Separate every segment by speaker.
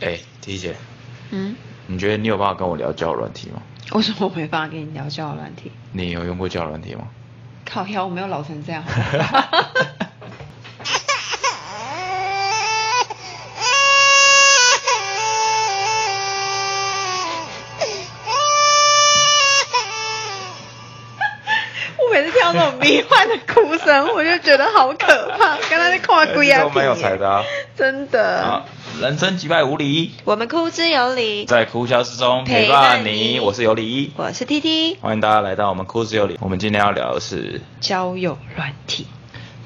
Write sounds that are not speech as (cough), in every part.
Speaker 1: 哎、第一姐，
Speaker 2: 嗯，
Speaker 1: 你觉得你有办法跟我聊交友软体吗？
Speaker 2: 为什么我没办法跟你聊交友软 (laughs) 体？
Speaker 1: 你有用过交友软体吗？
Speaker 2: 靠腰，我没有老成 (laughs)
Speaker 1: (laughs)
Speaker 2: 这样。我每次听到那种迷幻的哭声，我就觉得好可 (laughs) 怕，刚刚在跨
Speaker 1: 哎
Speaker 2: 龟
Speaker 1: 这
Speaker 2: 啊！
Speaker 1: 个蛮有才的啊
Speaker 2: 真的。
Speaker 1: 啊，人生几百无理，
Speaker 2: 我们哭之有理，
Speaker 1: 在哭笑之中陪
Speaker 2: 陪
Speaker 1: 伴
Speaker 2: 伴
Speaker 1: 你。
Speaker 2: 你
Speaker 1: 我是尤里，
Speaker 2: 我是 T T，
Speaker 1: 欢迎大家来到我们哭之有理。我们今天要聊的是，
Speaker 2: 交友软体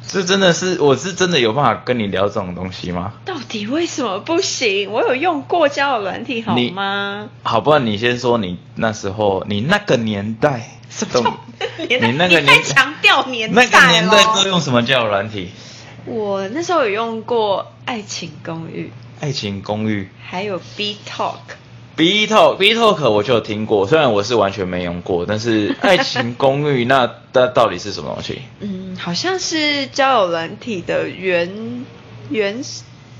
Speaker 1: 这真的是我是真的有办法跟你聊这种东西吗？
Speaker 2: 到底为什么不行？我有用过交友软体好
Speaker 1: 你
Speaker 2: 吗？
Speaker 1: 好，不然你先说你那时候，你那个年代，什么
Speaker 2: 年代
Speaker 1: 你那个
Speaker 2: 你
Speaker 1: 年
Speaker 2: 太强调年代
Speaker 1: 那个年代
Speaker 2: 咯
Speaker 1: 都用什么交友软体？
Speaker 2: 我那时候有用过《爱情公寓》，
Speaker 1: 爱情公寓。
Speaker 2: 还有 B Talk。
Speaker 1: B Talk B Talk 我就有听过，虽然我是完全没用过，但是
Speaker 2: (laughs)
Speaker 1: 《爱情公寓》那那到底是什么东西？
Speaker 2: 嗯，好像是交友软体的原原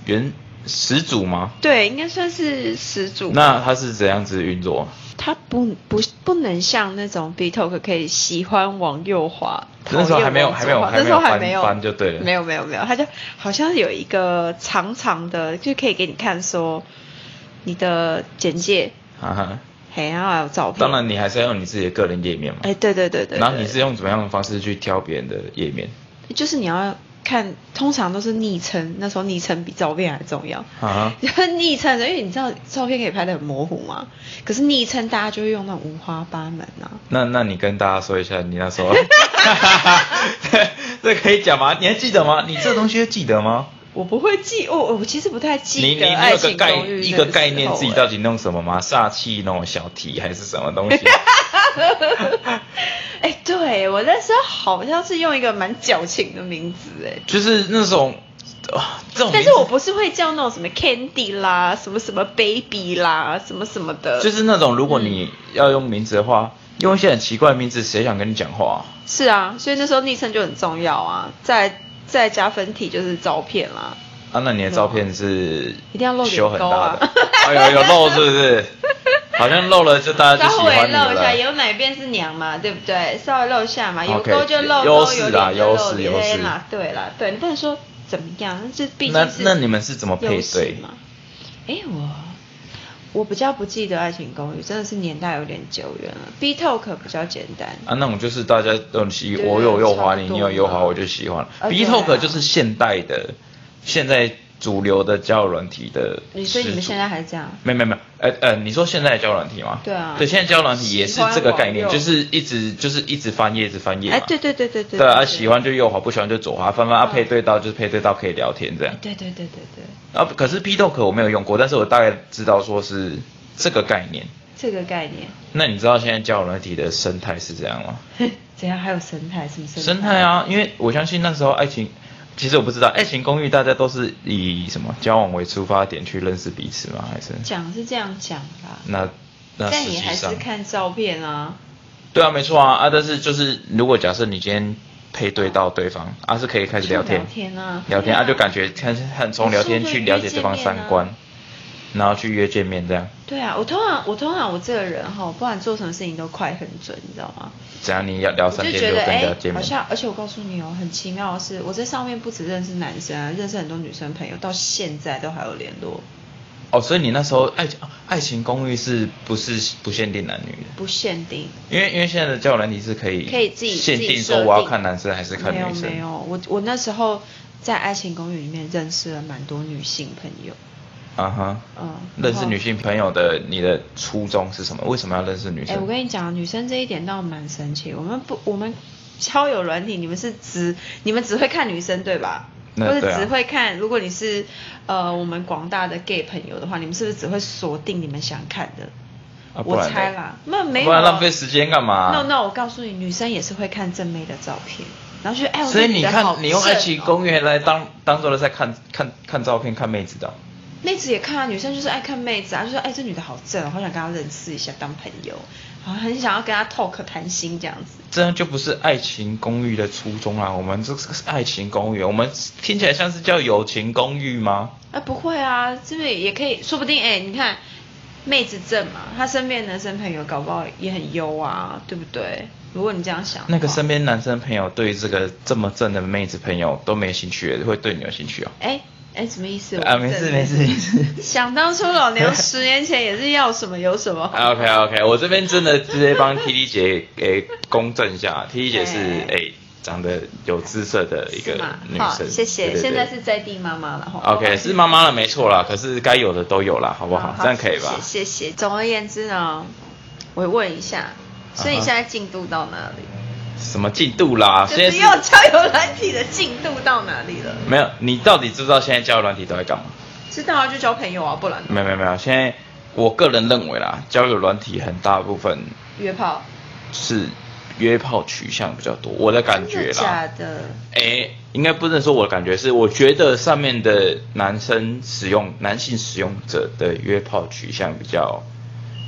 Speaker 1: 原始祖吗？
Speaker 2: 对，应该算是始祖。
Speaker 1: 那它是怎样子运作？
Speaker 2: 它不不不能像那种 B Talk 可以喜欢往右滑，
Speaker 1: 那时候还没有
Speaker 2: 讨厌往左滑
Speaker 1: 还没有
Speaker 2: 那时候还
Speaker 1: 还没
Speaker 2: 没
Speaker 1: 有
Speaker 2: 有
Speaker 1: 翻翻就对了
Speaker 2: 没有没有没有，它就好像有一个长长的，就可以给你看说你的简介，
Speaker 1: 哈啊哈，
Speaker 2: 嘿，然后还有照片。
Speaker 1: 当，然你还是要用你自己的个人页面嘛。
Speaker 2: 哎，对对对对。
Speaker 1: 然后
Speaker 2: 对哎
Speaker 1: 你是用怎么样的方式去挑别人的页面？
Speaker 2: 就是你要看，通常都是昵称，那时候昵称比照片还重要。
Speaker 1: 啊
Speaker 2: 就是 (laughs) 昵称，因为你知道照片可以拍得很模糊嘛，可是昵称大家就会用那种五花八门啊。
Speaker 1: 那那你跟大家说一下，你那时候，啊
Speaker 2: (laughs)
Speaker 1: (laughs) 这可以讲吗？你还记得吗？你这东西会记得吗？
Speaker 2: 我不会记，我、我其实不太
Speaker 1: 你
Speaker 2: 记
Speaker 1: 你
Speaker 2: 得《
Speaker 1: 你
Speaker 2: 爱
Speaker 1: 有个
Speaker 2: 情
Speaker 1: 概
Speaker 2: 公寓》
Speaker 1: 一个概念自己到
Speaker 2: 底。
Speaker 1: 底弄什么吗？煞气那种小题还是什么东西？
Speaker 2: 哎、对我那时候好像是用一个蛮矫情的名字哎，
Speaker 1: 就是那种啊，这种名字，
Speaker 2: 但是我不是会叫那种什么 Candy 啦，什么什么 Baby 啦，什么什么的，
Speaker 1: 就是那种如果
Speaker 2: 嗯
Speaker 1: 你要用名字的话，用一些很奇怪的名字，谁想跟你讲话啊、
Speaker 2: 是啊，所以那时候昵称就很重要啊，再再加分体就是照片啦。
Speaker 1: 啊，那你的照片是
Speaker 2: 一定要露脸
Speaker 1: 修很
Speaker 2: 沟
Speaker 1: 大
Speaker 2: 啊
Speaker 1: 的，哎呦有露是不是？好像露了就大家就喜
Speaker 2: 稍微
Speaker 1: 欢你
Speaker 2: 露一下，
Speaker 1: 了。
Speaker 2: 有奶便是娘嘛，对不对？稍微露一下嘛，有
Speaker 1: OK，
Speaker 2: 沟就露沟，
Speaker 1: 优势
Speaker 2: 有
Speaker 1: 啦
Speaker 2: 脸就露
Speaker 1: 优势优势
Speaker 2: 脸啦，对啦，对，你不能说怎么样，这毕
Speaker 1: 那
Speaker 2: 竟是
Speaker 1: 那你们是怎么配
Speaker 2: 优势
Speaker 1: 对
Speaker 2: 嘛？哎，我我比较不记得《爱情公寓》，真的是年代有点久远了。B Talk 比较简单，
Speaker 1: 啊，那种就是大家都喜，
Speaker 2: 对
Speaker 1: 我有右滑
Speaker 2: 差
Speaker 1: 你，
Speaker 2: 不多
Speaker 1: 你有右滑我就喜欢。
Speaker 2: 啊
Speaker 1: B
Speaker 2: 对啊
Speaker 1: Talk 就是现代的，现在主流的交友软体的始祖。
Speaker 2: 你所以你们现在还这样？
Speaker 1: 没有没有没有，呃呃，你说现在的交友软体吗？
Speaker 2: 对啊
Speaker 1: 对，现在交友软体也是这个概念，
Speaker 2: 喜欢网
Speaker 1: 就
Speaker 2: 友
Speaker 1: 是一直就是一直翻页，一直翻页嘛。
Speaker 2: 哎，对对对对对。嗯
Speaker 1: 对啊，喜。欢就右滑，不喜欢就左滑，翻翻啊，配对到就是配对到可以聊天这样
Speaker 2: 哎。对对对对对，
Speaker 1: 啊，可是 P Talk 我没有用过，但是我大概知道说是这个概念。
Speaker 2: 这个概念。 (laughs)
Speaker 1: 那你知道现在交友软体的生态是这样吗？
Speaker 2: 怎样？还有生态？什么生态？
Speaker 1: 生态啊，因为我相信那时候爱情，其实我不知道《爱情公寓》大家都是以什么交往为出发点去认识彼此吗？还是
Speaker 2: 讲是这样讲啦，
Speaker 1: 那那
Speaker 2: 但
Speaker 1: 实
Speaker 2: 你
Speaker 1: 际
Speaker 2: 还
Speaker 1: 上
Speaker 2: 是看照片啊。
Speaker 1: 对啊，没错啊啊！但是就是如果假设你今天配对到对方啊，是可以开始聊天，
Speaker 2: 就聊天啊
Speaker 1: 聊天啊，
Speaker 2: 对啊
Speaker 1: 就感觉看很从聊天去了解对方
Speaker 2: 啊
Speaker 1: 三观，然后去约见面这样。
Speaker 2: 对啊，我通常我通常我这个人哈，不管做什么事情都快很准，你知道吗？
Speaker 1: 只要你要聊
Speaker 2: 我
Speaker 1: 三
Speaker 2: 就
Speaker 1: 天
Speaker 2: 觉
Speaker 1: 就
Speaker 2: 得
Speaker 1: 跟人
Speaker 2: 哎、
Speaker 1: 家见
Speaker 2: 好
Speaker 1: 面，
Speaker 2: 像而且我告诉你哦，很奇妙的是，我在上面不只认识男生啊，认识很多女生朋友，到现在都还有联络，
Speaker 1: 哦，所以你那时候爱情哦爱情公寓是不是不限定男女的？
Speaker 2: 不限定。
Speaker 1: 因为因为现在的交友软体是可以
Speaker 2: 可以自己
Speaker 1: 限
Speaker 2: 自
Speaker 1: 定
Speaker 2: 己
Speaker 1: 说
Speaker 2: 设
Speaker 1: 我要
Speaker 2: 定
Speaker 1: 看男生还是看女生，
Speaker 2: 没有没有，我我那时候在《爱情公寓》里面认识了蛮多女性朋友，
Speaker 1: 啊哈，
Speaker 2: 嗯
Speaker 1: 认识
Speaker 2: 然后
Speaker 1: 女性朋友的你的初衷是什么？为什么要认识女
Speaker 2: 哎、
Speaker 1: 生？
Speaker 2: 我跟你讲，女生这一点倒蛮神奇。我们不，我们交友软体，你们是只你们只会看女生对吧？
Speaker 1: 那
Speaker 2: 或
Speaker 1: 对
Speaker 2: 者
Speaker 1: 啊
Speaker 2: 只会看，如果你是呃我们广大的 gay 朋友的话，你们是不是只会锁定你们想看的？
Speaker 1: 啊不
Speaker 2: 我
Speaker 1: 然
Speaker 2: 猜
Speaker 1: 嘞
Speaker 2: 啦，那没有啊
Speaker 1: 不然浪费时间干嘛
Speaker 2: n o No，我告诉你，女生也是会看正妹的照片，然后就哎，我
Speaker 1: 所以
Speaker 2: 这
Speaker 1: 你
Speaker 2: 女的好
Speaker 1: 看，你用
Speaker 2: 正
Speaker 1: 爱情
Speaker 2: 哦
Speaker 1: 公寓来当当做了在看看看照片、看妹子的哦、
Speaker 2: 啊妹子也看啊，女生就是爱看妹子啊，就说哎这女的好正哦，好想跟她认识一下当朋友，好像很想要跟他 talk 谈心这样子。
Speaker 1: 这样就不是爱情公寓的初衷啊啦。我们这是爱情公寓，我们听起来像是叫友情公寓吗？
Speaker 2: 啊，不会啊，这边也可以，说不定哎、你看妹子正嘛，她身边的男生朋友搞不好也很优啊，对不对？如果你这样想的话，
Speaker 1: 那个身边男生朋友对这个这么正的妹子朋友都没兴趣，会对你有兴趣哦？
Speaker 2: 哎哎，什么意思？
Speaker 1: 啊，
Speaker 2: 我不
Speaker 1: 没
Speaker 2: 正
Speaker 1: 事
Speaker 2: 面
Speaker 1: 没事没事。
Speaker 2: (laughs) 想当初老
Speaker 1: (laughs)
Speaker 2: 娘十年前也是要什么有什么。
Speaker 1: OK OK，我这边真的直接帮 T D 姐给公正一下，T D 姐是
Speaker 2: 哎
Speaker 1: 哎、长得有姿色的一个
Speaker 2: 是吗
Speaker 1: 女
Speaker 2: 好
Speaker 1: 生，
Speaker 2: 谢谢。
Speaker 1: 对对对
Speaker 2: 现在是在地妈妈了哈。
Speaker 1: OK 是妈妈了没错啦，可是该有的都有啦，好不好？这样可以吧？
Speaker 2: 谢谢谢谢。总而言之呢，我问一下，所
Speaker 1: 啊
Speaker 2: 以你
Speaker 1: 哈
Speaker 2: 现在进度到哪里？
Speaker 1: 什么进度啦？
Speaker 2: 就
Speaker 1: 现在
Speaker 2: 是
Speaker 1: 是
Speaker 2: 用交友软体的进度到哪里了？
Speaker 1: 没有，你到底知不知道现在交友软体都在干嘛？
Speaker 2: 知道啊，就交朋友啊，不然呢
Speaker 1: 没有没有没有，现在我个人认为啦，交友软体很大部分
Speaker 2: 约炮。
Speaker 1: 是约炮取向比较多，我的感觉啦。
Speaker 2: 真的假的？
Speaker 1: 哎、应该不能说我的感觉是，我觉得上面的男生使用男性使用者的约炮取向比较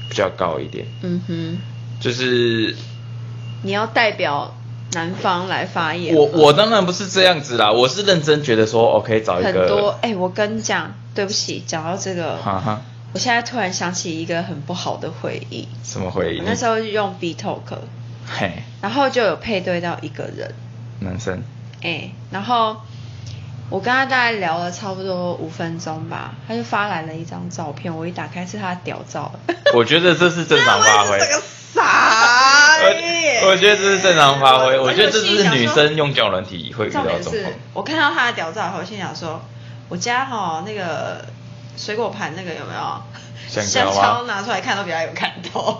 Speaker 1: 比较高一点，
Speaker 2: 嗯哼，
Speaker 1: 就是
Speaker 2: 你要代表男方来发言吗。
Speaker 1: 我我当然不是这样子啦，我是认真觉得说，OK 找一
Speaker 2: 很
Speaker 1: 个
Speaker 2: 多哎、我跟你讲，对不起，讲到这个，
Speaker 1: 哈哈
Speaker 2: 我现在突然想起一个很不好的回忆。
Speaker 1: 什么回忆
Speaker 2: 我，那时候用 B Talk，
Speaker 1: 嘿
Speaker 2: 然后就有配对到一个人，
Speaker 1: 男生
Speaker 2: 哎、然后我跟他大概聊了差不多五分钟吧，他就发来了一张照片，我一打开是他的屌照，
Speaker 1: 我觉得这是正常发挥
Speaker 2: 哎 (laughs) 这个傻耶
Speaker 1: 我我觉得这是正常发挥，我觉得这
Speaker 2: 而且我心里
Speaker 1: 是
Speaker 2: 想说
Speaker 1: 女生用交友软体会遇到
Speaker 2: 重
Speaker 1: 的
Speaker 2: 点
Speaker 1: 状
Speaker 2: 是
Speaker 1: 况。
Speaker 2: 我看到他的屌照以后，我心想说，我家哈那个水果盘那个有没有？
Speaker 1: 香蕉吗
Speaker 2: 蕉拿出来看都比较有看头。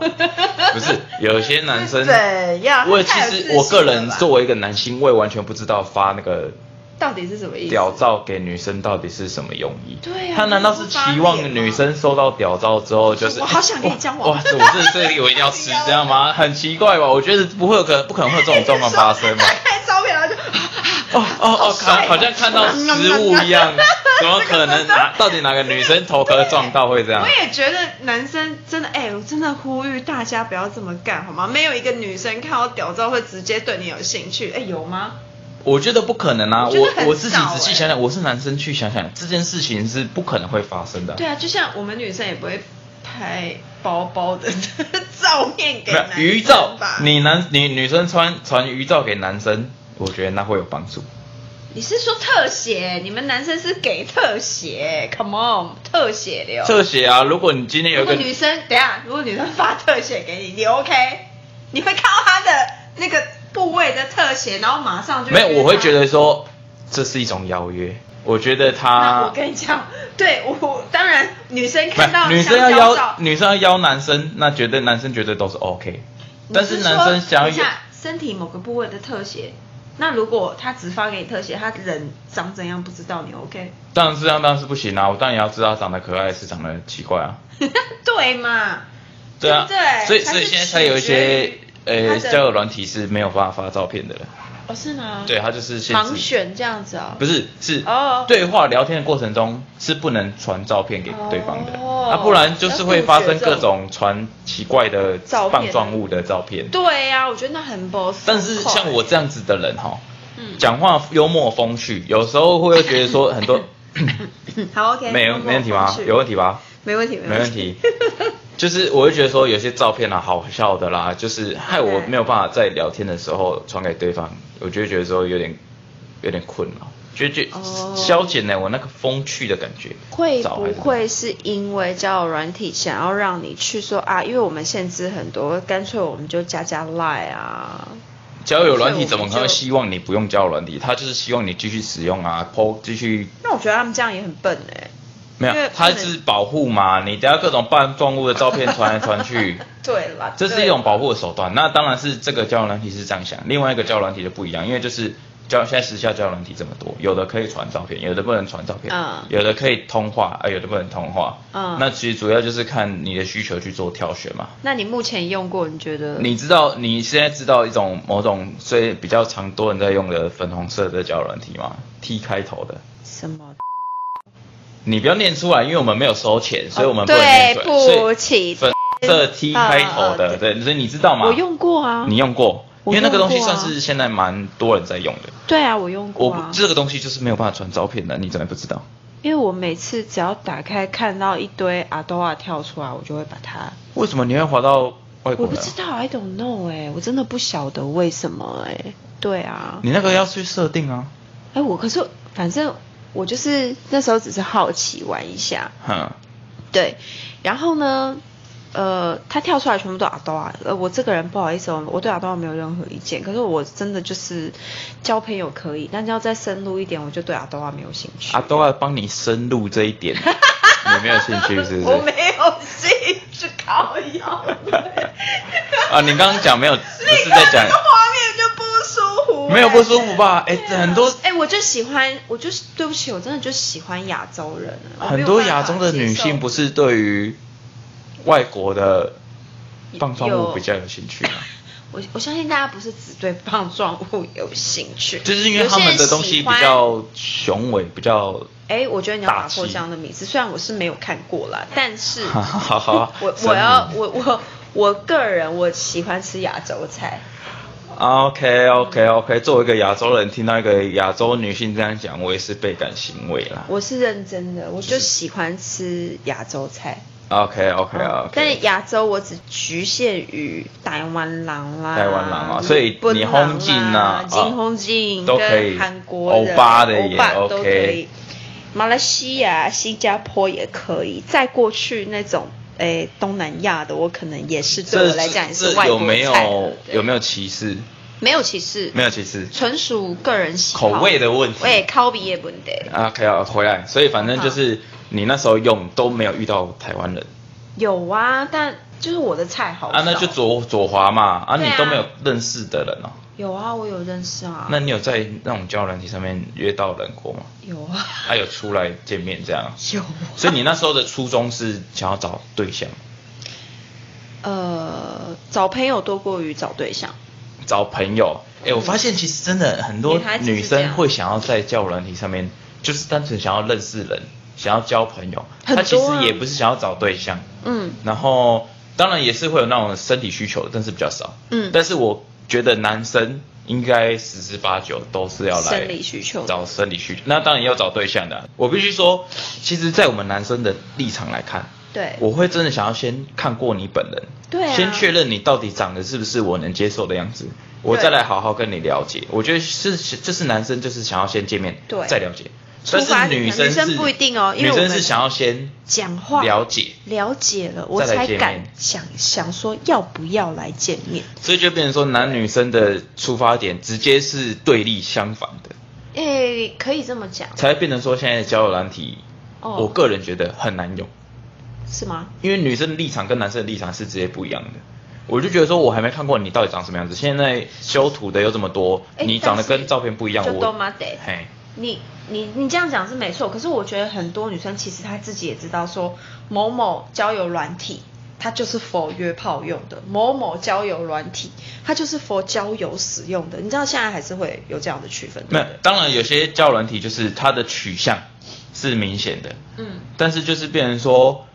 Speaker 1: 不是，有些男生
Speaker 2: 是怎样
Speaker 1: 我其
Speaker 2: 太有自
Speaker 1: 实
Speaker 2: 信
Speaker 1: 我个人
Speaker 2: 了吧
Speaker 1: 作为一个男性，我也完全不知道发那个
Speaker 2: (laughs) 到底是什么意思？
Speaker 1: 屌照给女生到底是什么用意。
Speaker 2: 对啊
Speaker 1: 他难道是期望女生收到屌照之后就是
Speaker 2: 我好想跟你交往
Speaker 1: 哇，哇这我这这里我一定要吃，这样
Speaker 2: (laughs)
Speaker 1: 吗？很奇怪吧？我觉得不会有可不可能会有这种状况发
Speaker 2: (laughs)
Speaker 1: 生吧？
Speaker 2: 打开照片然后就。
Speaker 1: 哦哦
Speaker 2: 好
Speaker 1: 哦，
Speaker 2: 帅啊
Speaker 1: 看好像看到食物一
Speaker 2: (laughs)
Speaker 1: 样，怎么可能哪到底哪个女生头壳撞到会这样
Speaker 2: 我？也觉得男生真的，哎、我真的呼吁大家不要这么干，好吗？没有一个女生看到屌照会直接对你有兴趣，哎、有吗？
Speaker 1: 我觉得不可能啊！
Speaker 2: 我觉得
Speaker 1: 我
Speaker 2: 很
Speaker 1: 我自己
Speaker 2: 少
Speaker 1: 仔
Speaker 2: 欸
Speaker 1: 细想想，我是男生去想想这件事情是不可能会发生的。
Speaker 2: 对啊，就像我们女生也不会拍包包的 (laughs) 照片给
Speaker 1: 没有
Speaker 2: 男
Speaker 1: 鱼
Speaker 2: 生
Speaker 1: 照
Speaker 2: 吧？，
Speaker 1: 你男你女生穿传鱼照给男生，我觉得那会有帮助。
Speaker 2: 你是说特写？你们男生是给特写？Come on，特写流。
Speaker 1: 特写啊，如果你今天有
Speaker 2: 如
Speaker 1: 一个
Speaker 2: 果女生等一下，如果女生发特写给你，你 OK？你会看到她的那个部位的特写，然后马上就
Speaker 1: 没有，
Speaker 2: 约她
Speaker 1: 我会觉得说这是一种邀约。我觉得
Speaker 2: 那我
Speaker 1: 他
Speaker 2: 跟你讲，对我我当然女生
Speaker 1: 不是
Speaker 2: 看到
Speaker 1: 女生
Speaker 2: 香
Speaker 1: 要
Speaker 2: 蕉
Speaker 1: 邀
Speaker 2: 照
Speaker 1: 女生要邀男生，那绝对男生绝对都是 OK。但是
Speaker 2: 你
Speaker 1: 男生
Speaker 2: 说
Speaker 1: 想要
Speaker 2: 等一下身体某个部位的特写，那如果他只发给你特写，他人长怎样不知道你 OK？ (laughs)
Speaker 1: 当然是啊，当然是不行啊！我当然也要知道他长得可爱是长得奇怪啊。
Speaker 2: 对嘛？
Speaker 1: 对啊，
Speaker 2: 不对，
Speaker 1: 所以所以现在才有一些呃交友
Speaker 2: 叫
Speaker 1: 软体是没有办法发照片的了。
Speaker 2: 哦是吗？
Speaker 1: 对，它就是限
Speaker 2: 盲
Speaker 1: 制
Speaker 2: 选这样子哦。
Speaker 1: 不是，是
Speaker 2: 哦
Speaker 1: 对话聊天的过程中是不能传照片给对方的，
Speaker 2: 哦
Speaker 1: 啊，不然就是会发生各种传奇怪的
Speaker 2: 照片
Speaker 1: 棒状物的照片。
Speaker 2: 对呀、我觉得那很 boss。
Speaker 1: 但是像我这样子的人哈，
Speaker 2: 嗯
Speaker 1: 讲话幽默风趣，有时候会觉得说很多，
Speaker 2: 嗯好 (laughs) OK，
Speaker 1: 没有没问题吗？有问题吧？
Speaker 2: 没问题，
Speaker 1: 没问
Speaker 2: (laughs)
Speaker 1: 题。就是我会觉得说有些照片啊，好笑的啦，就是害我没有办法在聊天的时候传给对方，我就会觉得说有点有点困扰，就就
Speaker 2: 哦
Speaker 1: 消减了我那个风趣的感觉。
Speaker 2: 会
Speaker 1: 找
Speaker 2: 不
Speaker 1: 还是
Speaker 2: 会是因为交友软体想要让你去说啊？因为我们限制很多，干脆我们就加加 Line 啊。
Speaker 1: 交友软体怎么可
Speaker 2: 所以我
Speaker 1: 能
Speaker 2: 们
Speaker 1: 会
Speaker 2: 就
Speaker 1: 希望你不用交友软体？他就是希望你继续使用啊，po 继续
Speaker 2: 那我觉得他们这样也很笨哎、
Speaker 1: 没有
Speaker 2: 因为，
Speaker 1: 他
Speaker 2: 不能
Speaker 1: 是保护嘛，你等下各种棒状物的照片传来传去。
Speaker 2: 对啦，
Speaker 1: 这是
Speaker 2: 对
Speaker 1: 一种保护的手段。那当然是这个交友软体是这样想，另外一个交友软体就不一样，因为就是交现在时下交友软体这么多，有的可以传照片，有的不能传照片，
Speaker 2: 嗯
Speaker 1: 有的可以通话，啊，有的不能通话。
Speaker 2: 嗯
Speaker 1: 那其实主要就是看你的需求去做挑选嘛。
Speaker 2: 那你目前用过，你觉得？
Speaker 1: 你知道你现在知道一种某种最比较常多人在用的粉红色的交友软体吗？T 开头的。
Speaker 2: 什么？
Speaker 1: 你不要念出来，因为我们没有收钱，所以我们不能念
Speaker 2: 哦对
Speaker 1: 出来。所以
Speaker 2: 不起，
Speaker 1: 粉色 T 开头的，
Speaker 2: 嗯嗯
Speaker 1: 对，所以你知道吗？
Speaker 2: 我用过啊
Speaker 1: 你用过，因
Speaker 2: 我
Speaker 1: 为那个
Speaker 2: 用
Speaker 1: 东西
Speaker 2: 过啊
Speaker 1: 算是现在蛮多人在用的。
Speaker 2: 对啊，我用
Speaker 1: 我
Speaker 2: 过啊
Speaker 1: 不，这个东西就是没有办法传照片的，你怎么不知道？
Speaker 2: 因为我每次只要打开看到一堆阿多啊跳出来，我就会把它。
Speaker 1: 为什么你会滑到外国啊
Speaker 2: 我
Speaker 1: 人？
Speaker 2: 不知道，I don't know 哎、我真的不晓得为什么哎、对啊，
Speaker 1: 你那个要去设定啊。
Speaker 2: 哎、我可是反正我就是那时候只是好奇玩一下，
Speaker 1: 哼，
Speaker 2: 对，然后呢，呃，他跳出来全部都阿多啊，呃，我这个人不好意思，哦，我对阿多啊没有任何意见，可是我真的就是交朋友可以，但是要再深入一点，我就对阿多啊没有兴趣。
Speaker 1: 啊，都要帮你深入这一
Speaker 2: (laughs)
Speaker 1: 点，你没有兴趣是不是？
Speaker 2: 我没有兴趣烤腰。
Speaker 1: 啊，你刚刚讲
Speaker 2: (laughs)
Speaker 1: 没有，不是在讲
Speaker 2: 那个画面就不舒服、欸
Speaker 1: 没有不舒服吧？哎、很多
Speaker 2: 哎、我就喜欢，我就是对不起，我真的就喜欢亚洲人啊。我没
Speaker 1: 很
Speaker 2: 有
Speaker 1: 多
Speaker 2: 办法
Speaker 1: 亚洲的女
Speaker 2: 接受
Speaker 1: 性不是对于外国的棒状物比较有兴趣吗？啊
Speaker 2: 我我相信大家不是只对棒状物有兴趣，
Speaker 1: (laughs) 就是因为他们的东西比
Speaker 2: 有些人喜欢。
Speaker 1: 较雄伟，比较
Speaker 2: 哎，我觉得你要打破
Speaker 1: 大气
Speaker 2: 这样的迷思，虽然我是没有看过啦，但是
Speaker 1: (laughs) 好好啊好
Speaker 2: 我
Speaker 1: 声
Speaker 2: 我要
Speaker 1: 明
Speaker 2: 我我我个人我喜欢吃亚洲菜，
Speaker 1: OK OK OK。作为一个亚洲人，听到一个亚洲女性这样讲，我也是倍感欣慰啦。
Speaker 2: 我是认真的，我就喜欢吃亚洲菜。
Speaker 1: OK OK
Speaker 2: 嗯但是
Speaker 1: OK。
Speaker 2: 亚洲我只局限于台湾人啦，
Speaker 1: 台湾人啊所以
Speaker 2: 日本人
Speaker 1: 你红进啊
Speaker 2: 啦，
Speaker 1: 啊
Speaker 2: 金红进
Speaker 1: 都可以
Speaker 2: 跟韩国人
Speaker 1: 欧巴的也
Speaker 2: 欧巴都
Speaker 1: OK
Speaker 2: 可以，马来西亚、新加坡也可以，再过去那种诶东南亚的，我可能也是对我来讲也是
Speaker 1: 这
Speaker 2: 外
Speaker 1: 有
Speaker 2: 国
Speaker 1: 没有
Speaker 2: 菜了对
Speaker 1: 有没有歧视？
Speaker 2: 没有歧视，
Speaker 1: 没有歧视。
Speaker 2: 纯属个人喜好
Speaker 1: 口味的问题
Speaker 2: 喂，口味的问题，
Speaker 1: OK 啊，回来。所以反正就是你那时候用都没有遇到台湾人
Speaker 2: 有啊，但就是我的菜好
Speaker 1: 啊，那
Speaker 2: 少
Speaker 1: 就左左滑嘛啊，
Speaker 2: 对
Speaker 1: 你
Speaker 2: 啊
Speaker 1: 都没有认识的人哦。
Speaker 2: 有啊，我有认识啊，
Speaker 1: 那你有在那种交友软体上面约到人过吗？
Speaker 2: 有啊， (laughs)
Speaker 1: 还、有出来见面这样？
Speaker 2: 有啊。
Speaker 1: 所以你那时候的初衷是想要找对象，
Speaker 2: 呃，找朋友多过于找对象。
Speaker 1: 找朋友。哎、我发现其实真的很多
Speaker 2: 嗯女孩子是
Speaker 1: 女
Speaker 2: 这
Speaker 1: 生
Speaker 2: 样
Speaker 1: 会想要在交友软体上面，就是单纯想要认识人，想要交朋友。
Speaker 2: 很
Speaker 1: 她其
Speaker 2: 多啊
Speaker 1: 实也不是想要找对象。
Speaker 2: 嗯
Speaker 1: 然后当然也是会有那种身体需求，但是比较少。
Speaker 2: 嗯
Speaker 1: 但是我觉得男生应该十之八九都是要来
Speaker 2: 生理需求
Speaker 1: 找生理需求，那当然也有找对象的啊。我必须说，其实，在我们男生的立场来看，
Speaker 2: 对
Speaker 1: 我会真的想要先看过你本人，
Speaker 2: 对啊
Speaker 1: 先确认你到底长得是不是我能接受的样子，我
Speaker 2: 对
Speaker 1: 再来好好跟你了解。我觉得是，就是男生就是想要先见面，
Speaker 2: 对
Speaker 1: 再了解。
Speaker 2: 出
Speaker 1: 但是
Speaker 2: 发
Speaker 1: 女
Speaker 2: 点
Speaker 1: 生
Speaker 2: 女生
Speaker 1: 是
Speaker 2: 不一定哦因为
Speaker 1: 女
Speaker 2: 我
Speaker 1: 生
Speaker 2: 们
Speaker 1: 是想要先
Speaker 2: 讲话
Speaker 1: 了解，
Speaker 2: 了解了，我
Speaker 1: 再来
Speaker 2: 才
Speaker 1: 见
Speaker 2: 敢
Speaker 1: 面
Speaker 2: 想想说要不要来见面。
Speaker 1: 所以就变成说男女生的出发点直接是对立相反的，
Speaker 2: 诶，可以这么讲，
Speaker 1: 才会变成说现在的交友难题，
Speaker 2: 哦
Speaker 1: 我个人觉得很难用，
Speaker 2: 是吗？
Speaker 1: 因为女生的立场跟男生的立场是直接不一样的。我就觉得说，我还没看过你到底长什么样子。现在修图的又这么多，
Speaker 2: 诶
Speaker 1: 你长得
Speaker 2: 哎但是
Speaker 1: 跟照片不一样，
Speaker 2: 就
Speaker 1: 我
Speaker 2: 都妈得
Speaker 1: 嘿，
Speaker 2: 你你你这样讲是没错，可是我觉得很多女生其实她自己也知道说某某交友软体。它就是否约炮用的，某某交友软体，它就是否交友使用的。你知道现在还是会有这样的区分，对
Speaker 1: 那
Speaker 2: 不对？
Speaker 1: 当然有些交友软体就是它的取向是明显的，
Speaker 2: 嗯，
Speaker 1: 但是就是变成说，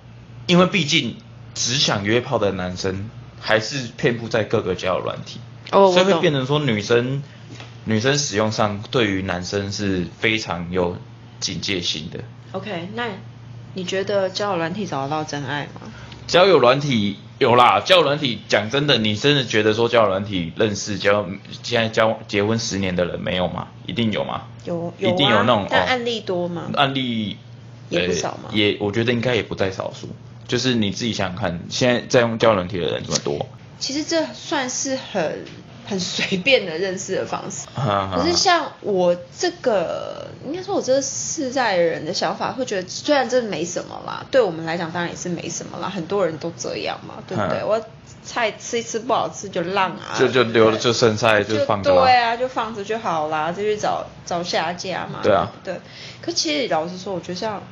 Speaker 1: 因为毕竟只想约炮的男生还是遍布在各个交友软体，
Speaker 2: 哦我
Speaker 1: 所以会
Speaker 2: 懂
Speaker 1: 变成说女生女生使用上对于男生是非常有警戒心的。
Speaker 2: OK，那你觉得交友软体找得到真爱吗？
Speaker 1: 交友软体有啦，交友软体讲真的，你真的觉得说交友软体认识交现在交结婚十年的人没有吗？一定有吗？
Speaker 2: 有有、啊、
Speaker 1: 一定有那种
Speaker 2: 但
Speaker 1: 哦
Speaker 2: 案例多吗？
Speaker 1: 案例
Speaker 2: 也不
Speaker 1: 呃
Speaker 2: 少嘛
Speaker 1: 也我觉得应该也不在少数。就是你自己想想看，现在在用交友软体的人这么多，
Speaker 2: 其实这算是很很随便的认识的方式。可
Speaker 1: 可
Speaker 2: 是像我这个，应该说我这个世代人的想法，会觉得虽然这没什么啦，对我们来讲当然也是没什么啦，很多人都这样嘛，对不对？
Speaker 1: 嗯
Speaker 2: 我菜吃一吃不好吃就浪啊，
Speaker 1: 就就
Speaker 2: 对不
Speaker 1: 留了
Speaker 2: 对
Speaker 1: 就剩菜就
Speaker 2: 就
Speaker 1: 放着啦
Speaker 2: 对啊，就放着就好啦，就去找找下家嘛，
Speaker 1: 对啊
Speaker 2: 对。可其实老实说，我觉得这样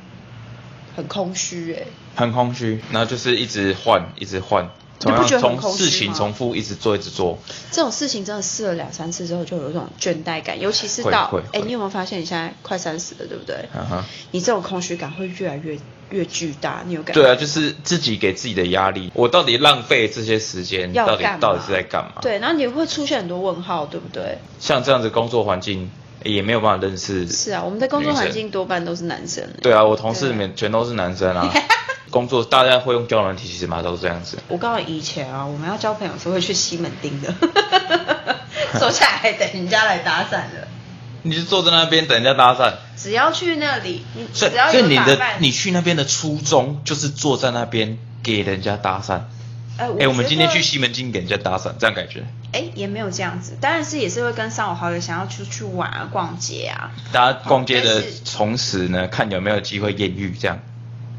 Speaker 2: 很空虚哎、
Speaker 1: 很空虚，然后就是一直换，一直换，同
Speaker 2: 你
Speaker 1: 样
Speaker 2: 不觉得很
Speaker 1: 从
Speaker 2: 空虚
Speaker 1: 事情
Speaker 2: 吗
Speaker 1: 重复一直做一直做，
Speaker 2: 这种事情真的试了两三次之后，就有一种倦怠感，尤其是
Speaker 1: 会
Speaker 2: 到
Speaker 1: 会
Speaker 2: 哎，
Speaker 1: 会
Speaker 2: 你有没有发现你现在快三十了，对不对？
Speaker 1: 嗯哼
Speaker 2: 你这种空虚感会越来越越巨大，你有感觉？
Speaker 1: 对啊，就是自己给自己的压力，我到底浪费这些时间，
Speaker 2: 要
Speaker 1: 到底
Speaker 2: 干嘛？
Speaker 1: 到底是在干嘛？，
Speaker 2: 对，然后你会出现很多问号，对不对？
Speaker 1: 像这样子工作环境也没有办法认识。
Speaker 2: 是啊，我们的工作环境。多半都是男生。
Speaker 1: 对啊，我同事
Speaker 2: 对
Speaker 1: 们全都是男生啊，工作大家会用交友软体，其实嘛都是这样子。
Speaker 2: 我告诉你，以前啊，我们要交朋友是会去西门町的， (laughs) 坐下来等人家来搭讪的。
Speaker 1: 你就坐在那边等人家搭讪，
Speaker 2: 只要去那里，你
Speaker 1: 所以
Speaker 2: 只要
Speaker 1: 所以
Speaker 2: 有
Speaker 1: 你
Speaker 2: 打
Speaker 1: 的
Speaker 2: 扮，
Speaker 1: 你去那边的初衷就是坐在那边给人家搭讪。
Speaker 2: 哎、
Speaker 1: 哎、我们
Speaker 2: 觉
Speaker 1: 今天
Speaker 2: 得
Speaker 1: 去西门町给人家搭讪，这样感觉
Speaker 2: 哎，也没有这样子，当然是也是会跟三五好友想要出去玩啊、逛街啊。
Speaker 1: 大家逛街
Speaker 2: 但
Speaker 1: 的
Speaker 2: 是
Speaker 1: 同时呢，看有没有机会艳遇这样。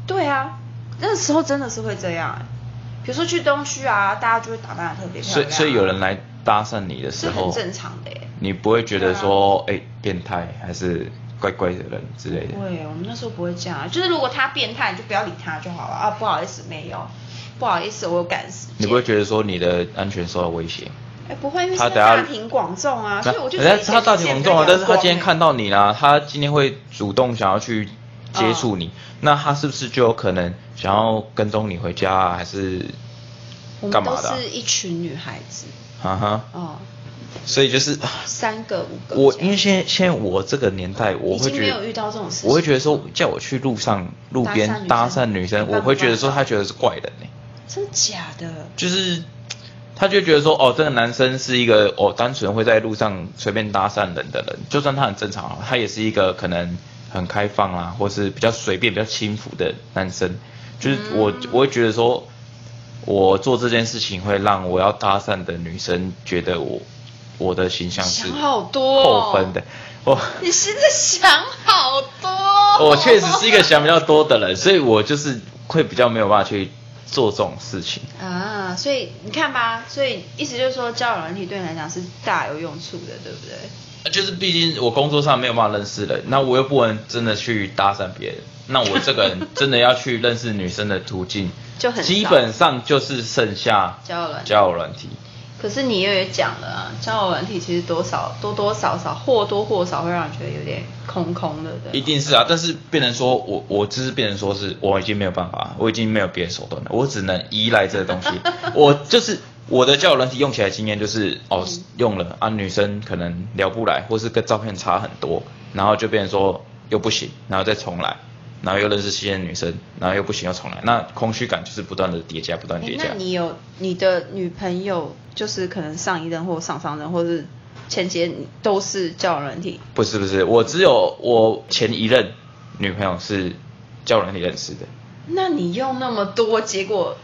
Speaker 2: 对啊，那时候真的是会这样、哎比如说去东区啊，大家就会打扮的特别漂
Speaker 1: 所
Speaker 2: 亮啊、
Speaker 1: 以所以有人来搭讪你的时
Speaker 2: 是
Speaker 1: 候，
Speaker 2: 很正常的耶。
Speaker 1: 你不会觉得说哎、变态还是怪怪的人之类的
Speaker 2: 不。会，我们那时候不会这样啊，就是如果他变态，你就不要理他就好了啊。不好意思，没有，不好意思，我有赶时间。
Speaker 1: 你不会觉得说你的安全受到威胁？
Speaker 2: 哎，不会，因为
Speaker 1: 他
Speaker 2: 是
Speaker 1: 等下
Speaker 2: 大庭广众啊，所以我就觉
Speaker 1: 那
Speaker 2: 得
Speaker 1: 他大庭广众啊，但是他今天看
Speaker 2: 到
Speaker 1: 到你啦，他今天会主动想要去接触
Speaker 2: 嗯
Speaker 1: 你，那他是不是就有可能想要跟踪你回家啊，还是
Speaker 2: 我
Speaker 1: 干
Speaker 2: 们
Speaker 1: 嘛
Speaker 2: 都
Speaker 1: 的啊
Speaker 2: 是？一群女孩子，
Speaker 1: 哈哈，
Speaker 2: 哦，
Speaker 1: 所以就是啊
Speaker 2: 三个五个
Speaker 1: 我
Speaker 2: 这样
Speaker 1: 因为现在现在我这个年代，我会
Speaker 2: 已经
Speaker 1: 觉得
Speaker 2: 没有遇到这种事情
Speaker 1: 我会觉得说叫我去路上路边搭
Speaker 2: 搭
Speaker 1: 讪
Speaker 2: 讪
Speaker 1: 女
Speaker 2: 女生
Speaker 1: 生，我会觉得说
Speaker 2: 没办法
Speaker 1: 他觉得是怪人欸呢、
Speaker 2: 真的假的？
Speaker 1: 就是他就觉得说，哦，这个男生是一个哦，单纯会在路上随便搭讪人的人，就算他很正常啊，他也是一个可能很开放啊，或是比较随便、比较轻浮的男生。就是我、
Speaker 2: 嗯
Speaker 1: 我会觉得说，我做这件事情会让我要搭讪的女生觉得我我的形象是
Speaker 2: 想好多哦
Speaker 1: 扣分的。我
Speaker 2: 你现在想好多哦、
Speaker 1: 我确实是一个想比较多的人，所以我就是会比较没有办法去做这种事情。
Speaker 2: 啊，所以你看吧，所以意思就是说，交友软体对你来讲是大有用处的，对不对？
Speaker 1: 就是毕竟我工作上没有办法认识人，那我又不能真的去搭讪别人，那我这个人真的要去认识女生的途径
Speaker 2: 就很少
Speaker 1: 基本上就是剩下
Speaker 2: 交友软体
Speaker 1: 交友软体
Speaker 2: 可是你也讲了啊，交友软体其实多少多多少少或多或少会让你觉得有点空空的，对
Speaker 1: 一
Speaker 2: 吗。
Speaker 1: 定是啊，但是变成说我我只是变成说是我已经没有办法，我已经没有别的手段了，我只能依赖这个东
Speaker 2: (laughs)
Speaker 1: 西。我就是我的交友软体用起来经验就是哦用了啊，女生可能聊不来，或是跟照片差很多，然后就变成说又不行，然后再重来。然后又认识新的女生，然后又不行又重来，那空虚感就是不断的叠加，不断地
Speaker 2: 诶
Speaker 1: 叠加。
Speaker 2: 那你有你的女朋友，就是可能上一任或上上任，或是前几任都是交友软体，
Speaker 1: 不是不是，我只有我前一任女朋友是交友软体认识的。
Speaker 2: 那你用那么多，结果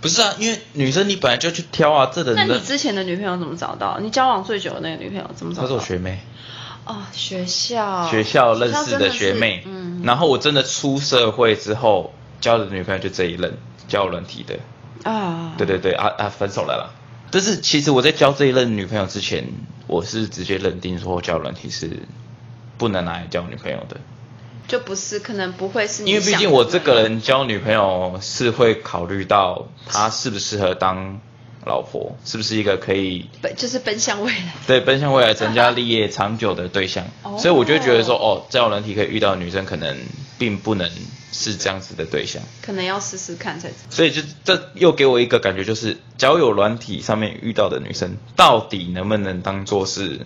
Speaker 1: 不是啊，因为女生你本来就去挑啊，这人
Speaker 2: 那
Speaker 1: 的
Speaker 2: 你之前的女朋友怎么找到？你交往最久的那个女朋友怎么找
Speaker 1: 她
Speaker 2: 到？
Speaker 1: 是我学妹，
Speaker 2: 哦，学校
Speaker 1: 学校认识
Speaker 2: 真
Speaker 1: 的学妹
Speaker 2: 是，嗯，
Speaker 1: 然后我真的出社会之后交的女朋友就这一任，交友软体的，
Speaker 2: 啊，
Speaker 1: 对对对，啊啊分手了啦。但是其实我在交这一任女朋友之前，我是直接认定说交友软体是不能拿来交女朋友的，
Speaker 2: 就不是，可能不会是你
Speaker 1: 因为毕
Speaker 2: 想
Speaker 1: 竟
Speaker 2: 的
Speaker 1: 我
Speaker 2: 那
Speaker 1: 这个
Speaker 2: 样
Speaker 1: 人交女朋友是会考虑到她适不适合当老婆，是不是一个可以
Speaker 2: 奔就是奔向未来。
Speaker 1: 对，奔向未来、成家立业、长久的对象，
Speaker 2: 哦
Speaker 1: 所以我就觉得说，哦，交友软体可以遇到的女生，可能并不能是这样子的对象，
Speaker 2: 可能要试试看才知道。
Speaker 1: 所以就这又给我一个感觉，就是交友软体上面遇到的女生，到底能不能当做是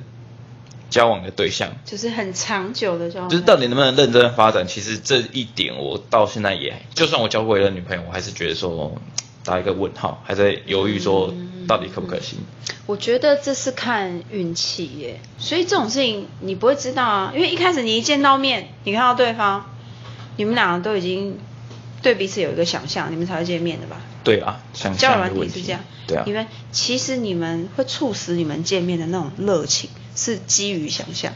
Speaker 1: 交往的对象，
Speaker 2: 就是很长久的交往，
Speaker 1: 就是到底能不能认真发展？其实这一点，我到现在也，就算我交过一个女朋友，我还是觉得说打一个问号，还在犹豫说
Speaker 2: 嗯
Speaker 1: 到底可不可行。
Speaker 2: 我觉得这是看运气耶，所以这种事情你不会知道啊，因为一开始你一见到面，你看到对方，你们两个都已经对彼此有一个想象，你们才会见面的吧？
Speaker 1: 对啊，想
Speaker 2: 交友
Speaker 1: 象
Speaker 2: 软
Speaker 1: 的问
Speaker 2: 体
Speaker 1: 题
Speaker 2: 是这样，
Speaker 1: 对啊，
Speaker 2: 你们其实你们会促使你们见面的那种热情，是基于想象，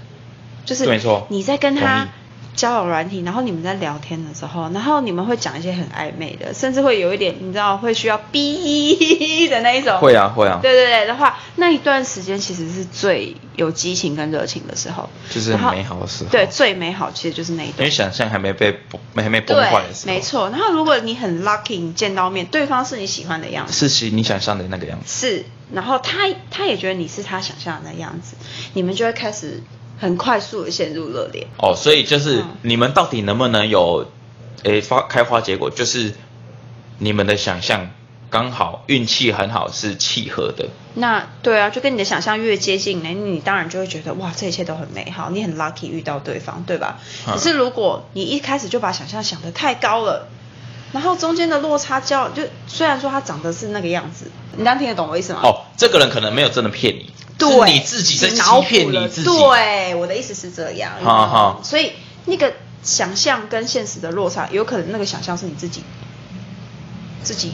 Speaker 2: 就是
Speaker 1: 对没错
Speaker 2: 你在跟
Speaker 1: 同
Speaker 2: 他
Speaker 1: 意
Speaker 2: 交友软体，然后你们在聊天的时候，然后你们会讲一些很暧昧的，甚至会有一点你知道会需要逼 (laughs) 的那一种。
Speaker 1: 会啊会啊
Speaker 2: 对对对的话，那一段时间其实是最有激情跟热情的时候，
Speaker 1: 就是
Speaker 2: 然后
Speaker 1: 美好的时候
Speaker 2: 对，最美好其实就是那一
Speaker 1: 因
Speaker 2: 段
Speaker 1: 为。想象还没被崩还没崩
Speaker 2: 对
Speaker 1: 坏的时，候，
Speaker 2: 没，错。然后如果你很 lucky，你见到面，对方是你喜欢的样子，
Speaker 1: 是其你想象的那个样子。
Speaker 2: 是，然后他他也觉得你是他想象的那样子，你们就会开始很快速的陷入热恋。
Speaker 1: 哦，所以就是
Speaker 2: 嗯
Speaker 1: 你们到底能不能有，诶发开花结果，就是你们的想象刚好运气很好是契合的。
Speaker 2: 那对啊，就跟你的想象越接近呢，你当然就会觉得哇，这一切都很美好，你很 lucky 遇到对方，对吧？
Speaker 1: 嗯
Speaker 2: 可是如果你一开始就把想象想得太高了，然后中间的落差交就虽然说他长得是那个样子，你能听得懂我意思吗？
Speaker 1: 哦，这个人可能没有真的骗你，
Speaker 2: 对，
Speaker 1: 是你自己在
Speaker 2: 你
Speaker 1: 欺
Speaker 2: 脑补
Speaker 1: 骗你
Speaker 2: 了
Speaker 1: 自己。，
Speaker 2: 对，我的意思是这样。
Speaker 1: 好好
Speaker 2: 所以那个想象跟现实的落差，有可能那个想象是你自己自己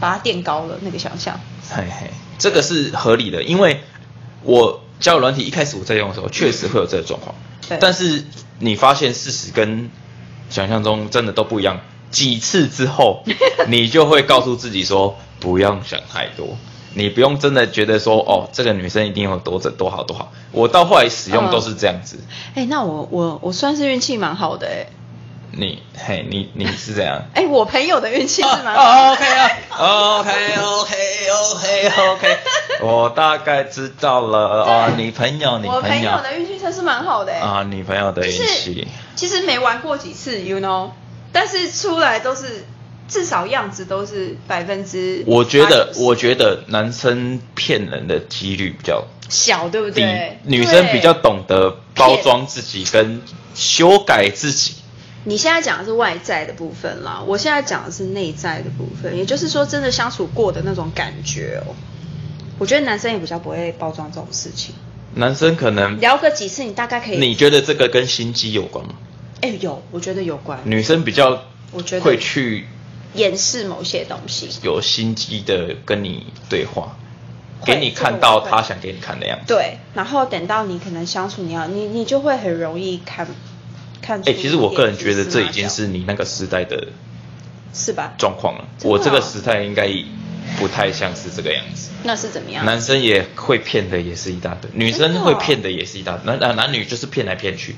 Speaker 2: 把它垫高了那个想象。
Speaker 1: 嘿嘿，这个是合理的，因为我交友软体一开始我在用的时候，确实会有这个状况
Speaker 2: 对。
Speaker 1: 但是你发现事实跟想象中真的都不一样，几次之 (laughs) 后，你就会告诉自己说，不用想太多。你不用真的觉得说哦，这个女生一定有多怎多好多好。我到后来使用都是这样子。
Speaker 2: 哎、那我我我算是运气蛮好的哎、
Speaker 1: 你嘿，你你是这样？
Speaker 2: 哎、我朋友的运气是蛮好的。
Speaker 1: 哦，OK 啊，OK OK OK OK，我大概知道了哦，你朋友，你
Speaker 2: 我
Speaker 1: 朋友
Speaker 2: 友的运气算是蛮好的哎、
Speaker 1: 啊，女朋友的
Speaker 2: 就
Speaker 1: 运
Speaker 2: 是
Speaker 1: 气，
Speaker 2: 其实没玩过几次，you know，但是出来都是至少样子都是百分之，
Speaker 1: 我觉得，我觉得男生骗人的几率比较
Speaker 2: 小，对不
Speaker 1: 低
Speaker 2: 对？，
Speaker 1: 女生比较
Speaker 2: 对
Speaker 1: 懂得包装自己跟修改自己。
Speaker 2: 你现在讲的是外在的部分啦，我现在讲的是内在的部分，也就是说，真的相处过的那种感觉哦。我觉得男生也比较不会包装这种事情，
Speaker 1: 男生可能，
Speaker 2: 聊个几次，你大概可以。
Speaker 1: 嗯你觉得这个跟心机有关吗？
Speaker 2: 哎、有，我觉得有关
Speaker 1: 女生比较
Speaker 2: 我觉得
Speaker 1: 会去
Speaker 2: 掩饰某些东西。
Speaker 1: 有心机的跟你对话，
Speaker 2: 会
Speaker 1: 给你
Speaker 2: 这个我
Speaker 1: 看到
Speaker 2: 会
Speaker 1: 他想给你看的样子。
Speaker 2: 对，然后等到你可能相处，你要你你就会很容易看看出
Speaker 1: 哎、
Speaker 2: 一点蛛丝马脚。
Speaker 1: 其实我个人觉得这已经是你那个时代的
Speaker 2: 是吧？
Speaker 1: 状况了。
Speaker 2: 真的
Speaker 1: 我这个
Speaker 2: 哦
Speaker 1: 时代应该不太像是这个样子。
Speaker 2: 那是怎么样？
Speaker 1: 男生也会骗的，也是一大堆；女
Speaker 2: 真的
Speaker 1: 生
Speaker 2: 哦
Speaker 1: 会骗的也是一大堆。男男男女就是骗来骗去，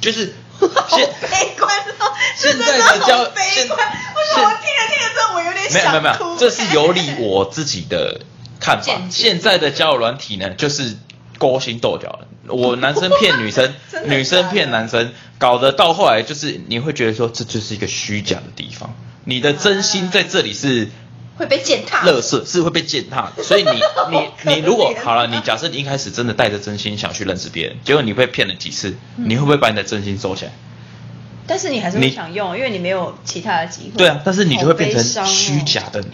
Speaker 1: 就是
Speaker 2: (laughs) 好
Speaker 1: 现
Speaker 2: 悲观哦，这
Speaker 1: 现在
Speaker 2: 真
Speaker 1: 的
Speaker 2: 好
Speaker 1: 交
Speaker 2: 悲
Speaker 1: 现
Speaker 2: 观。为什
Speaker 1: 现
Speaker 2: 么我听着听着之后，我有点
Speaker 1: 没有
Speaker 2: 想
Speaker 1: 没
Speaker 2: 哭？
Speaker 1: 有没有，这是有理我自己的看法
Speaker 2: 见。解
Speaker 1: 现在的交友软体呢，就是勾心斗角了。我男生骗女生
Speaker 2: (laughs) 真，的
Speaker 1: 女生
Speaker 2: 假的
Speaker 1: 骗男生，搞得到后来就是你会觉得说这就是一个虚假的地方，你的真心在这里是。
Speaker 2: 会被践踏。
Speaker 1: 乐色是会被践踏的，所
Speaker 2: (laughs)
Speaker 1: 以你你
Speaker 2: 可怜啊
Speaker 1: 你如果好了，你假设你一开始真的带着真心想去认识别人，结果你被骗了几次，
Speaker 2: 嗯
Speaker 1: 你会不会把你的真心收起来？
Speaker 2: 但是你还是会
Speaker 1: 你
Speaker 2: 想用，因为你没有其他的机会。
Speaker 1: 对啊，但是你就会变
Speaker 2: 好悲伤
Speaker 1: 成
Speaker 2: 哦
Speaker 1: 虚假的你，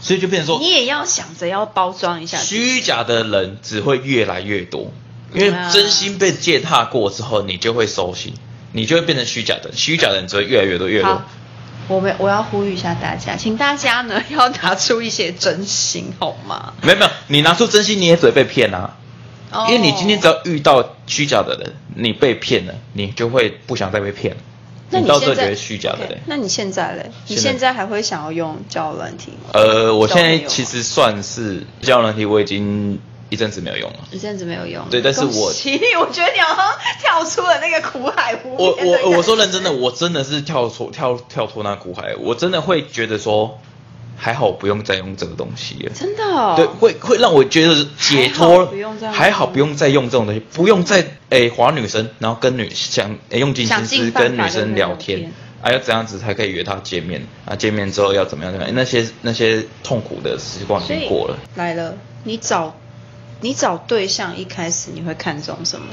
Speaker 1: 所以就变成
Speaker 2: 你
Speaker 1: 说，
Speaker 2: 也要想着要包装一下。
Speaker 1: 虚假的人只会越来越多，因为
Speaker 2: 啊
Speaker 1: 真心被践踏过之后，你就会收心，你就会变成虚假的人，虚假的人只会越来越多越多
Speaker 2: 好。，我们我要呼吁一下大家，请大家呢要拿出一些真心好吗？
Speaker 1: 没有没有，你拿出真心你也只会被骗啊。
Speaker 2: 哦
Speaker 1: 因为你今天只要遇到虚假的人，你被骗了，你就会不想再被骗了。
Speaker 2: 那
Speaker 1: 到这
Speaker 2: 现
Speaker 1: 里觉
Speaker 2: 在
Speaker 1: 得虚假的
Speaker 2: OK，
Speaker 1: 人。
Speaker 2: 那你现在嘞？你
Speaker 1: 现在
Speaker 2: 现在还会想要用交友软体吗？
Speaker 1: 呃，我
Speaker 2: 交
Speaker 1: 现
Speaker 2: 朋友
Speaker 1: 在
Speaker 2: 吗
Speaker 1: 其实算是交友软体，我已经一阵子没有用了。
Speaker 2: 一阵子没有用了。
Speaker 1: 对但是我
Speaker 2: 恭喜你，我觉得你好像跳出了那个苦海无
Speaker 1: 我
Speaker 2: 边的感
Speaker 1: 我
Speaker 2: 觉
Speaker 1: 我说认真的，我真的是跳出跳跳脱那苦海，我真的会觉得说，还好不用再用这个东西了。
Speaker 2: 真的、哦、
Speaker 1: 对，会会让我觉得解
Speaker 2: 还好
Speaker 1: 脱
Speaker 2: 不用再，用嗯
Speaker 1: 还好不用再用这种东西，不用再诶划女生，然后跟女想诶用尽心
Speaker 2: 想
Speaker 1: 思
Speaker 2: 尽办法
Speaker 1: 跟女生聊
Speaker 2: 跟她聊
Speaker 1: 天
Speaker 2: 天，
Speaker 1: 啊要怎样子才可以约她见面啊？见面之后要怎么样怎么样？那些那些痛苦的时光已
Speaker 2: 所以
Speaker 1: 经过了。
Speaker 2: 来了，你找你找对象一开始你会看重什么？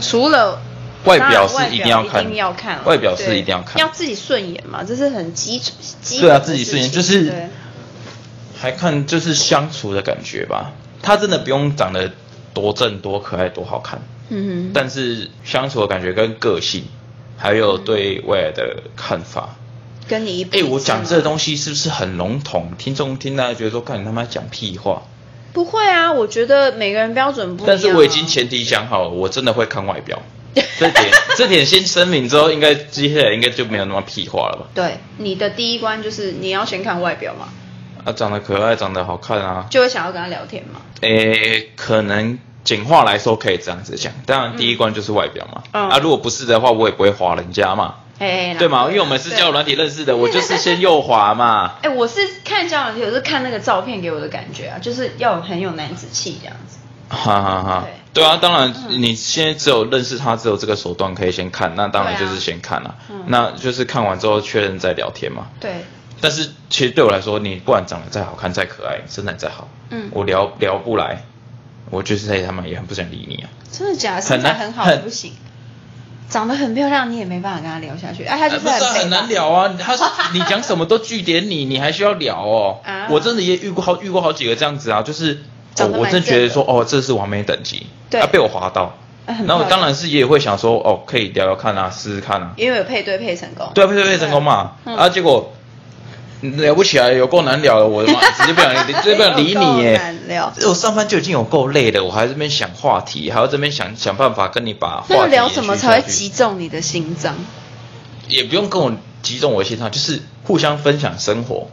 Speaker 2: 除了
Speaker 1: 外表
Speaker 2: 当然
Speaker 1: 是
Speaker 2: 外
Speaker 1: 一定要看
Speaker 2: 一定要看啊，
Speaker 1: 外表是
Speaker 2: 对
Speaker 1: 一定要看
Speaker 2: 要自己顺眼嘛，这是很基础基
Speaker 1: 对啊，
Speaker 2: 本的
Speaker 1: 自己顺眼
Speaker 2: 事情
Speaker 1: 就是
Speaker 2: 对，
Speaker 1: 还看就是相处的感觉吧。他真的不用长得多正、多可爱、多好看，
Speaker 2: 嗯哼，
Speaker 1: 但是相处的感觉跟个性，还有
Speaker 2: 嗯
Speaker 1: 对未来的看法。
Speaker 2: 跟你一
Speaker 1: 哎、我讲这个东
Speaker 2: 西
Speaker 1: 西是不是很笼统？听众听大家觉得说，看你他妈讲屁话。
Speaker 2: 不会啊，我觉得每个人标准不一样啊、
Speaker 1: 但是我已经前提讲好了，我真的会看外表，这点这点先声明之后，应该接下来应该就没有那么屁话了吧？
Speaker 2: 对，你的第一关就是你要先看外表嘛，
Speaker 1: 啊，长得可爱，长得好看啊，
Speaker 2: 就会想要跟他聊天嘛。
Speaker 1: 诶，可能简化来说可以这样子讲，当然第一关就是外表嘛。
Speaker 2: 嗯
Speaker 1: 啊，如果不是的话，我也不会划人家嘛，
Speaker 2: 哎、
Speaker 1: 对吗？因为我们是
Speaker 2: 对
Speaker 1: 交友软体认识的，我就是先右滑嘛。
Speaker 2: 哎、我是看交友软件，我是看那个照片给我的感觉啊，就是要有很有男子气这样子。
Speaker 1: 哈哈哈。对啊，当然，
Speaker 2: 嗯
Speaker 1: 你现在只有认识他，只有这个手段可以先看，那当然就是先看了、
Speaker 2: 对啊嗯
Speaker 1: 那就是看完之后确认再聊天嘛。
Speaker 2: 对，
Speaker 1: 但是其实对我来说，你不管长得再好看、再可爱、身材再好，
Speaker 2: 嗯
Speaker 1: 我聊聊不来，我就是在他们也很不想理你啊。
Speaker 2: 真的假的？
Speaker 1: 很
Speaker 2: 身
Speaker 1: 难
Speaker 2: 材很好
Speaker 1: 很
Speaker 2: 不行，长得很漂亮你也没办法跟他聊下去。哎、啊，他就
Speaker 1: 呃不是啊
Speaker 2: 很,、
Speaker 1: 很难。聊啊，
Speaker 2: (laughs)
Speaker 1: 他说你讲什么都据点你，你还需要聊哦。
Speaker 2: 啊
Speaker 1: 我真的也遇过好遇过好几个这样子啊，就是我
Speaker 2: 长得
Speaker 1: 我
Speaker 2: 蛮
Speaker 1: 真的觉得说
Speaker 2: 正
Speaker 1: 哦，这是完美等级，
Speaker 2: 对
Speaker 1: 啊被我划
Speaker 2: (laughs)
Speaker 1: 到，
Speaker 2: 啊很
Speaker 1: 然后
Speaker 2: 漂亮
Speaker 1: 当然是也会想说哦，可以聊聊看啊，试试看
Speaker 2: (laughs)
Speaker 1: 啊，
Speaker 2: 因为有配对配成功。
Speaker 1: 对啊，配对配成功嘛，
Speaker 2: 嗯
Speaker 1: 啊结果嗯聊不起来，有够难聊的，我的妈，直接不想理，
Speaker 2: (laughs)
Speaker 1: 直接不想理你
Speaker 2: 有够
Speaker 1: 耶
Speaker 2: 难聊。
Speaker 1: 我上班就已经有够累了，我还在这边想话题，还要这边想想办法跟你把话题
Speaker 2: 那要聊
Speaker 1: 延续
Speaker 2: 什么
Speaker 1: 下
Speaker 2: 才会
Speaker 1: 去
Speaker 2: 击中你的心脏？
Speaker 1: 也不用跟我击中我的心上，就是互相分享生活，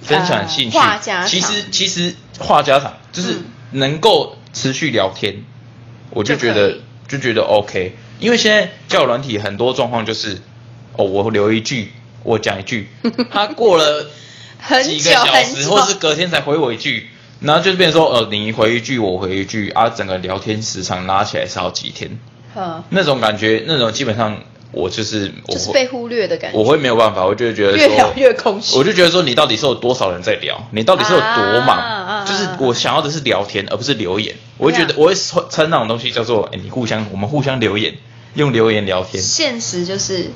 Speaker 1: 分享兴趣。
Speaker 2: 呃话家常
Speaker 1: 其实其实话家常就是
Speaker 2: 嗯
Speaker 1: 能够持续聊天，我就觉
Speaker 2: 就可
Speaker 1: 得
Speaker 2: 以
Speaker 1: 就觉得 OK。因为现在交友软体很多状况就是，哦，我留一句，我讲一
Speaker 2: (laughs)
Speaker 1: 句，他过了
Speaker 2: 很
Speaker 1: 几个
Speaker 2: 久
Speaker 1: 小
Speaker 2: 很
Speaker 1: 时，
Speaker 2: 久
Speaker 1: 或是隔天才回我一句。然后就变成说，呃，你回一句，我回一句，啊，整个聊天时长拉起来是好几天，
Speaker 2: 呵，
Speaker 1: 那种感觉，那种基本上我就是我
Speaker 2: 嗯就是
Speaker 1: 会
Speaker 2: 被忽略的感觉。
Speaker 1: 我会没有办法，我就会觉得说
Speaker 2: 越聊越空虚
Speaker 1: 我就觉得说，你到底是有多少人在聊？你到底是有多忙？
Speaker 2: 啊
Speaker 1: 就是我想要的是聊天，而不是留言。我会觉得，
Speaker 2: 对啊
Speaker 1: 我会称那种东西叫做，哎，你互相，我们互相留言，用留言聊天。
Speaker 2: 现实就是，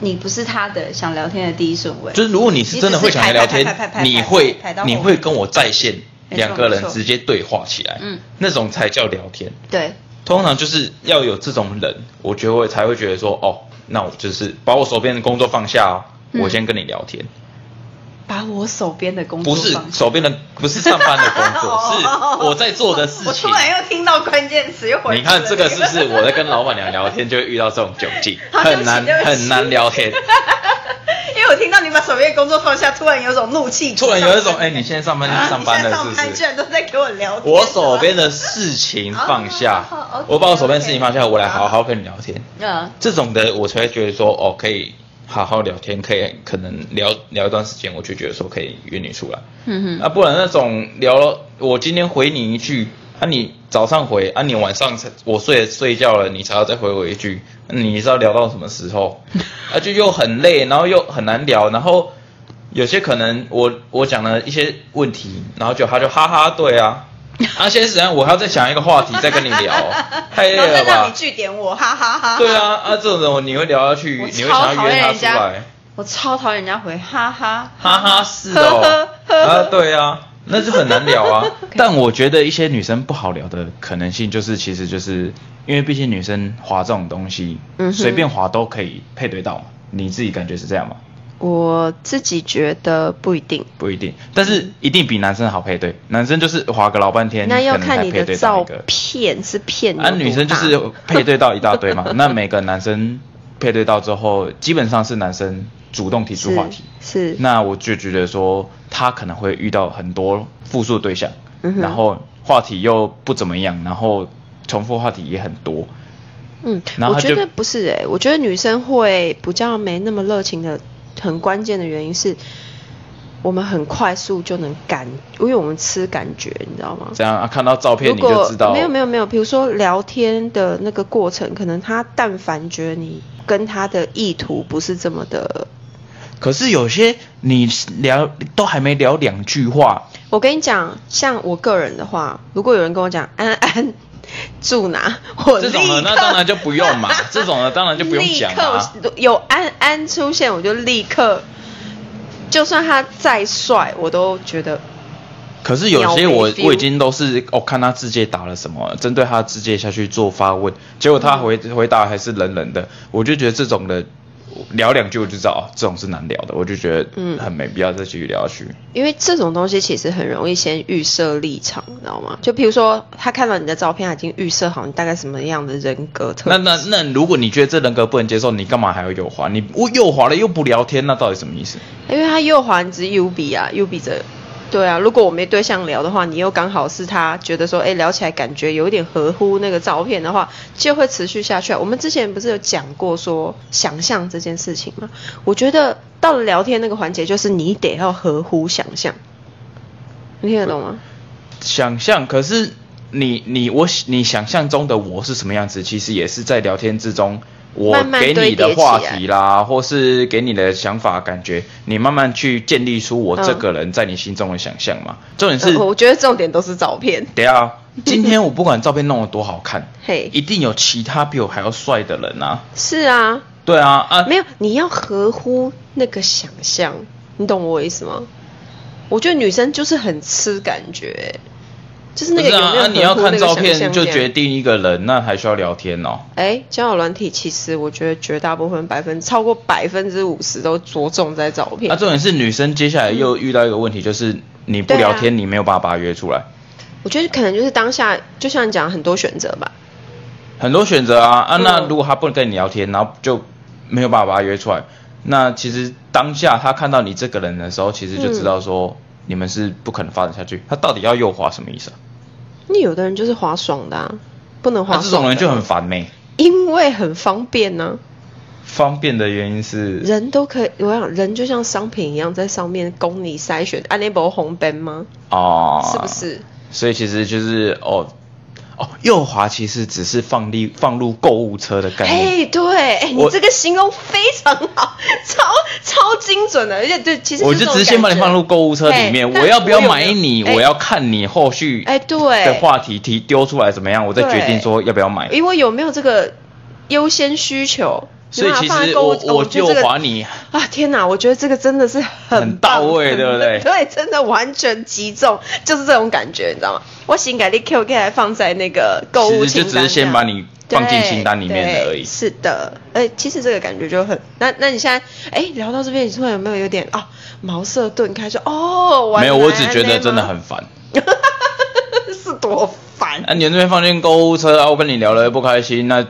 Speaker 2: 你不是他的想聊天的第一顺位。
Speaker 1: 就是如果你是真的会想要聊天
Speaker 2: 你只是排排排排排，
Speaker 1: 你会
Speaker 2: 排到后
Speaker 1: 你
Speaker 2: 面
Speaker 1: 会跟我在线，
Speaker 2: 没错
Speaker 1: 两个人
Speaker 2: 没错
Speaker 1: 直接对话起来，
Speaker 2: 嗯
Speaker 1: 那种才叫聊天。
Speaker 2: 对，
Speaker 1: 通常就是要有这种人，我觉得我才会觉得说，哦，那我就是把我手边的工作放下哦，
Speaker 2: 嗯
Speaker 1: 我先跟你聊天。
Speaker 2: 把我手边的工作
Speaker 1: 不是
Speaker 2: 放下
Speaker 1: 手边的，不是上班的工
Speaker 2: (laughs)
Speaker 1: 作，是我在做的事
Speaker 2: 我突
Speaker 1: 情。
Speaker 2: 然又听到关键词，又回
Speaker 1: 你看
Speaker 2: 去了
Speaker 1: 这个是不是我在跟老板娘聊天就会遇到这种窘境，
Speaker 2: (laughs) 好对
Speaker 1: 很
Speaker 2: 不起
Speaker 1: 难
Speaker 2: 对不起
Speaker 1: 很难聊
Speaker 2: (laughs)
Speaker 1: 天。
Speaker 2: 因为我听到你把手边的工作放下，突然有种怒气，
Speaker 1: 突然有一种，哎，你现在上班
Speaker 2: 啊
Speaker 1: 上班
Speaker 2: (laughs) 你现在
Speaker 1: 了是
Speaker 2: 上班
Speaker 1: 不
Speaker 2: 居
Speaker 1: 是？
Speaker 2: 然都在给我聊天，
Speaker 1: 我手边的事情放下
Speaker 2: (laughs) 哦好好，，OK，
Speaker 1: 我把我手边的事情
Speaker 2: OK
Speaker 1: 放下，我来
Speaker 2: 好
Speaker 1: 好好跟你聊天。
Speaker 2: 嗯，
Speaker 1: 这种的我才会觉得说，哦，可以好好聊天，可以可能聊聊一段时间，我就觉得说可以约你出来。
Speaker 2: 嗯
Speaker 1: 啊，不然那种聊了，我今天回你一句，啊，你早上回，啊，你晚上才我睡睡觉了，你才要再回我一句，啊你知道聊到什么时候？啊，就又很累，然后又很难聊，然后有些可能我我讲了一些问题，然后就他就哈哈，对啊，啊，现在实际上我还要再想一个话题再跟你聊，太累
Speaker 2: (laughs) 然
Speaker 1: 了
Speaker 2: 后再让
Speaker 1: 吧
Speaker 2: 你？据点我，哈哈哈。
Speaker 1: 对，啊，啊，这种人你会聊下去，
Speaker 2: 我
Speaker 1: 你会
Speaker 2: 超
Speaker 1: 想要
Speaker 2: 讨
Speaker 1: 约
Speaker 2: 厌
Speaker 1: 他
Speaker 2: 人
Speaker 1: 出
Speaker 2: 家
Speaker 1: 来。，
Speaker 2: 我超讨厌人家回哈哈
Speaker 1: 哈哈是哦
Speaker 2: (laughs) 呵，呵呵
Speaker 1: 啊
Speaker 2: 呵，
Speaker 1: 对啊，那就很难聊
Speaker 2: (laughs)
Speaker 1: 啊。但我觉得一些女生不好聊的可能性，就是其实就是因为毕竟女生滑这种东西，
Speaker 2: 嗯哼
Speaker 1: 随便滑都可以配对到嘛，你自己感觉是这样吗？
Speaker 2: 我自己觉得不一定，
Speaker 1: 不一定，但是一定比男生好配对。男生就是滑个老半天，
Speaker 2: 那要
Speaker 1: 可能才
Speaker 2: 看你
Speaker 1: 配
Speaker 2: 的
Speaker 1: 对到
Speaker 2: 照
Speaker 1: 一个
Speaker 2: 片是骗有
Speaker 1: 啊，女生就
Speaker 2: 多大
Speaker 1: 是配对到一大堆嘛。那每个男生配对到之后，基本上是男生主动提出话题，
Speaker 2: 是是
Speaker 1: 那我就觉得说，他可能会遇到很多复数对象，
Speaker 2: 嗯哼
Speaker 1: 然后话题又不怎么样，然后重复话题也很多。
Speaker 2: 嗯，
Speaker 1: 然后他
Speaker 2: 我觉
Speaker 1: 就
Speaker 2: 得不是诶、我觉得女生会比较没那么热情的，很关键的原因是，我们很快速就能感，因为我们吃感觉，你知道吗？
Speaker 1: 这样、啊、看到照片
Speaker 2: 如
Speaker 1: 你
Speaker 2: 果
Speaker 1: 就知道，
Speaker 2: 没有没有没有，比如说聊天的那个过程，可能他但凡觉得你跟他的意图不是这么的，
Speaker 1: 可是有些你聊都还没聊两句话，
Speaker 2: 我跟你讲，像我个人的话，如果有人跟我讲安安 (laughs) 住哪，我
Speaker 1: 这种
Speaker 2: 立
Speaker 1: 的那
Speaker 2: 刻
Speaker 1: 当然就不用
Speaker 2: (laughs)
Speaker 1: 嘛这种的当然就不用讲啊
Speaker 2: 立刻有安安出现，我就立刻，就算他再帅，我都觉得
Speaker 1: 可是有些
Speaker 2: 鸟
Speaker 1: 我
Speaker 2: 没 feel
Speaker 1: 我已经都是哦，看他字界打了什么，针对他
Speaker 2: 嗯
Speaker 1: 字界下去做发问，结果他回、回答还是冷冷的，我就觉得这种的，聊两句我就知道哦，这种是难聊的，我就觉
Speaker 2: 嗯
Speaker 1: 得很没必要再继续聊下去。
Speaker 2: 因为这种东西其实很容易先预设立场，你知道吗？就譬如说，他看到你的照片，他已经预设好你大概什么样的人格特质。
Speaker 1: 那那那，如果你觉得这人格不能接受，你干嘛还要右滑？你我右滑了又不聊天，那到底什么意思？
Speaker 2: 因为他右滑你只是 U B 啊，U B 这，对啊。如果我没对象聊的话，你又刚好是他觉得说，哎，聊起来感觉有一点合乎那个照片的话，就会持续下去、啊。我们之前不是有讲过说想象这件事情吗？我觉得到了聊天那个环节，就是你得要合乎想象，你听得懂吗？
Speaker 1: 想象，可是你你我你想象中的我是什么样子，其实也是在聊天之中，我
Speaker 2: 慢慢
Speaker 1: 给
Speaker 2: 堆
Speaker 1: 你
Speaker 2: 叠
Speaker 1: 的
Speaker 2: 起
Speaker 1: 话
Speaker 2: 来
Speaker 1: 题啦，或是给你的想法感觉，你慢慢去建立出我这
Speaker 2: 嗯
Speaker 1: 个人在你心中的想象嘛。重点是，
Speaker 2: 呃我觉得重点都是照片。
Speaker 1: 等一下啊，今天我不管照片弄得多好看，
Speaker 2: (laughs) 嘿
Speaker 1: 一定有其他比我还要帅的人啊。
Speaker 2: 是啊，
Speaker 1: 对啊 (laughs) 啊，
Speaker 2: 没有，你要合乎那个想象，你懂我意思吗？我觉得女生就是很吃感觉，就是那
Speaker 1: 不
Speaker 2: 个
Speaker 1: 是
Speaker 2: 有
Speaker 1: 啊，
Speaker 2: 没有、
Speaker 1: 啊你要看照片就决
Speaker 2: 觉。
Speaker 1: 定一个人，那还需要聊天哦。
Speaker 2: 哎，交友软体其实我觉得绝大部分百分超过百分之五十都着重在照片。
Speaker 1: 啊，重点是女生接下来又遇到一个问题，就是你不
Speaker 2: 对啊
Speaker 1: 聊天，你没有办法把她约出来。
Speaker 2: 我觉得可能就是当下，就像你讲很多选择吧。
Speaker 1: 很多选择啊啊，
Speaker 2: 嗯
Speaker 1: 那如果他不能跟你聊天，然后就没有办法把他约出来，那其实当下他看到你这个人的时候，其实就知道说
Speaker 2: 嗯
Speaker 1: 你们是不可能发展下去。他到底要右滑什么意思啊？
Speaker 2: 那有的人就是划爽的、啊，不能
Speaker 1: 那、
Speaker 2: 划
Speaker 1: 这
Speaker 2: 爽
Speaker 1: 种
Speaker 2: 的、
Speaker 1: 人就很烦呢、
Speaker 2: 因为很方便呢、
Speaker 1: 方便的原因是，
Speaker 2: 人都可以，我想人就像商品一样，在上面供你筛选。啊安内博红本吗？
Speaker 1: 哦，
Speaker 2: 是不？是？
Speaker 1: 所以其实就是哦哦，右滑其实只是放力放入购物车的概念。
Speaker 2: 哎，对，哎，你
Speaker 1: 我
Speaker 2: 这个形容非常好，超超精准的，而且对，其实
Speaker 1: 我
Speaker 2: 就
Speaker 1: 就直
Speaker 2: 直
Speaker 1: 接把你放入购物车里面，我要不要买你，我要看你后续
Speaker 2: 哎对
Speaker 1: 的话题提丢出来怎么样，我再决定说要不要买。
Speaker 2: 因为有没有这个优先需求？
Speaker 1: 所以
Speaker 2: 你把它
Speaker 1: 其
Speaker 2: 放在
Speaker 1: 实
Speaker 2: 购物
Speaker 1: 我
Speaker 2: 车
Speaker 1: 我
Speaker 2: 觉得这
Speaker 1: 就
Speaker 2: 个
Speaker 1: 划你，
Speaker 2: 啊，天哪！我觉得这个真的是很
Speaker 1: 很到
Speaker 2: 棒 (laughs)
Speaker 1: 位对不对
Speaker 2: 对，真的完全击中，就是这种感觉，你知道吗？我新改的 QK 还放在那个购
Speaker 1: 其
Speaker 2: 物
Speaker 1: 实就
Speaker 2: 清单
Speaker 1: 只
Speaker 2: 上，
Speaker 1: 是先把你放进清单里面
Speaker 2: 对
Speaker 1: 而已。
Speaker 2: 是的，哎、其实这个感觉就很……那那你现在哎、聊到这边，你突然有没有有点啊茅塞顿开说哦，
Speaker 1: 没有，
Speaker 2: 原来
Speaker 1: 我只觉
Speaker 2: 这
Speaker 1: 得
Speaker 2: 样
Speaker 1: 真的
Speaker 2: 吗
Speaker 1: 很烦。
Speaker 2: (laughs) 是多烦。
Speaker 1: 啊，你那边放进购物车啊，我跟你聊了不开心，那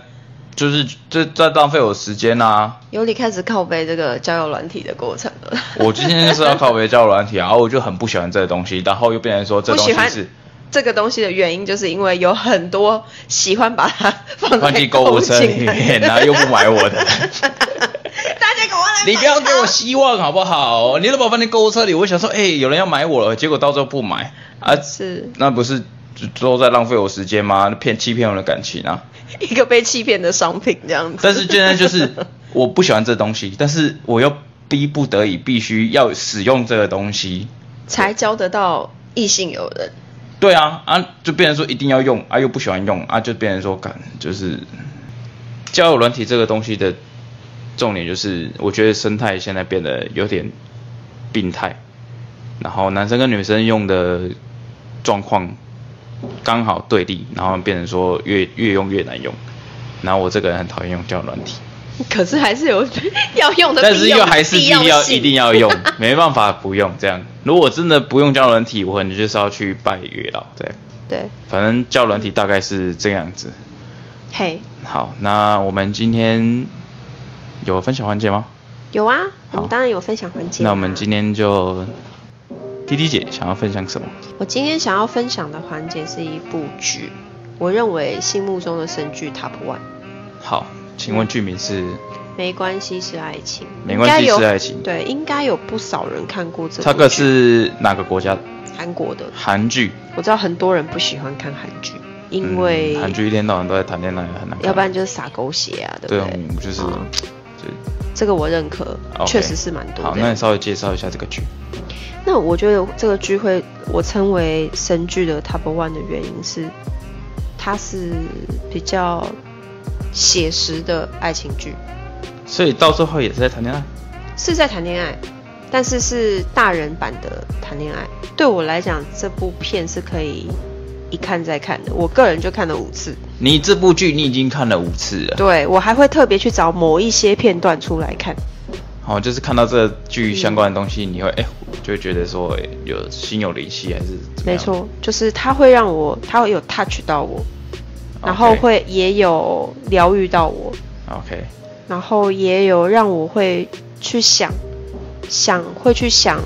Speaker 1: 就是这在浪费我时间啊。
Speaker 2: 尤里开始靠背这个交友软体的过程了， (laughs)
Speaker 1: 我今天就是要靠别教软体啊， (laughs) 我就很不喜欢这个东西，然后又变成说这
Speaker 2: 不
Speaker 1: 东
Speaker 2: 喜
Speaker 1: 西
Speaker 2: 欢
Speaker 1: 是。
Speaker 2: 这个东西的原因，就是因为有很多喜欢把它放
Speaker 1: 放
Speaker 2: 在
Speaker 1: 进购物车里
Speaker 2: 清单
Speaker 1: 面，然后又不买我的。
Speaker 2: (laughs) 大家赶快来买它！
Speaker 1: 你不要给我希望好不好？你都把我放进购物车里，我想说，哎、有人要买我了，结果到最后不买啊，
Speaker 2: 是
Speaker 1: 那不是就都在浪费我时间吗？骗欺骗我的感情啊！
Speaker 2: 一个被欺骗的商品这样子。
Speaker 1: 但是现在就是我不喜欢这东西，但是我又逼不得已必须要使用这个东西。
Speaker 2: 才交得到异性友人，
Speaker 1: 对啊，啊，就变成说一定要用啊，又不喜欢用啊，就变成说感就是交友软体这个东西的重点就是，我觉得生态现在变得有点病态，然后男生跟女生用的状况刚好对立，然后变成说越越用越难用，然后我这个人很讨厌用交友软体，
Speaker 2: 可是还是有 (laughs) 要用的
Speaker 1: 但
Speaker 2: 必
Speaker 1: 是
Speaker 2: 要
Speaker 1: 又还是
Speaker 2: 必
Speaker 1: 必要
Speaker 2: 性
Speaker 1: 一定要
Speaker 2: (laughs)
Speaker 1: 用，没办法不用这样。如果真的不用交友软体，我可能就是要去拜月老这样。
Speaker 2: 对，
Speaker 1: 反正教软体大概是这样子。
Speaker 2: 嘿，
Speaker 1: 好，那我们今天有分享环节吗？
Speaker 2: 有啊，我
Speaker 1: 好
Speaker 2: 们当然有分享环节啊。
Speaker 1: 那我们今天就滴滴姐想要分享什么？
Speaker 2: 我今天想要分享的环节是一部剧，我认为心目中的神剧 Top One。
Speaker 1: 好，请问剧名是？
Speaker 2: 没关系是爱情，
Speaker 1: 没关系
Speaker 2: 应该有
Speaker 1: 是爱情
Speaker 2: 对，应该有不少人看过这部剧。
Speaker 1: 这个是哪个国家？
Speaker 2: 韩国的，
Speaker 1: 韩剧。
Speaker 2: 我知道很多人不喜欢看韩剧，因为、
Speaker 1: 嗯韩剧、一天到晚都在谈恋爱，很难看。
Speaker 2: 要不然就是撒狗血啊，对
Speaker 1: 对
Speaker 2: 不
Speaker 1: 啊，我们就是、
Speaker 2: 嗯
Speaker 1: 就
Speaker 2: 这个我认可
Speaker 1: OK
Speaker 2: 确实是蛮多的。
Speaker 1: 好，那你稍微介绍一下这个剧。
Speaker 2: 那我觉得这个剧会我称为神剧的 Top One 的原因是，它是比较写实的爱情剧，
Speaker 1: 所以到最后也是在谈恋爱。
Speaker 2: 是在谈恋爱，但是是大人版的谈恋爱。对我来讲，这部片是可以一看再看的，我个人就看了五次。
Speaker 1: 你这部剧你已经看了五次了，
Speaker 2: 对我还会特别去找某一些片段出来看。
Speaker 1: 好，哦就是看到这
Speaker 2: 嗯
Speaker 1: 剧相关的东西，你会哎、就会觉得说、哎有心有灵犀还是怎么样
Speaker 2: 没错，就是它会让我，它会有 touch 到我，然后
Speaker 1: OK
Speaker 2: 会也有疗愈到我，
Speaker 1: ，OK，
Speaker 2: 然后也有让我会去想，想会去想，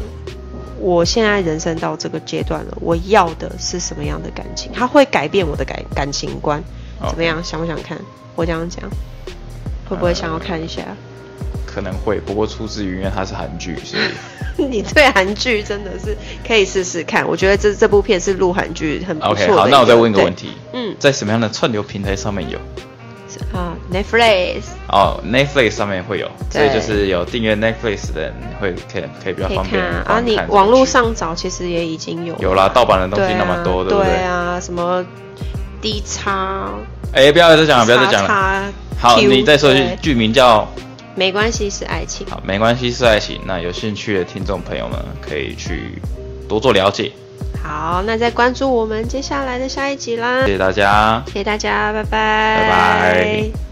Speaker 2: 我现在人生到这个阶段了，我要的是什么样的感情？它会改变我的感感情观，
Speaker 1: OK
Speaker 2: 怎么样？想不想看？我这样讲，会不会想要看一下？
Speaker 1: 可能会，不过出自于因为它是韩剧，所以
Speaker 2: 你对韩剧真的是可以试试看，我觉得这这部片是录韩剧 (laughs) 很不错的
Speaker 1: OK，
Speaker 2: 一个。
Speaker 1: 好，那我再问一个
Speaker 2: 对
Speaker 1: 问题，
Speaker 2: 嗯
Speaker 1: 在什么样的串流平台上面有？
Speaker 2: 啊，Netflix
Speaker 1: 哦，Netflix 上面会有，所
Speaker 2: 对
Speaker 1: 以就是有订阅 Netflix 的人会可以可以比较
Speaker 2: 可以
Speaker 1: 方
Speaker 2: 看
Speaker 1: 便
Speaker 2: 啊，
Speaker 1: 观
Speaker 2: 啊你
Speaker 1: 看这个
Speaker 2: 网络
Speaker 1: 剧
Speaker 2: 上找其实也已经有
Speaker 1: 有啦，盗版的东西那么多，
Speaker 2: 对
Speaker 1: 不
Speaker 2: 啊
Speaker 1: 对？
Speaker 2: 啊，什么低叉，
Speaker 1: 哎、不要再讲了，不要再讲了。
Speaker 2: 叉叉
Speaker 1: 好，
Speaker 2: Q，
Speaker 1: 你再说一句
Speaker 2: 对，
Speaker 1: 剧名叫
Speaker 2: 没关系，是爱情。
Speaker 1: 好，没关系是爱情。那有兴趣的听众朋友们可以去多做了解，
Speaker 2: 好，那再关注我们接下来的下一集啦
Speaker 1: 谢，谢大家。
Speaker 2: 谢谢大家，拜拜，
Speaker 1: 拜拜。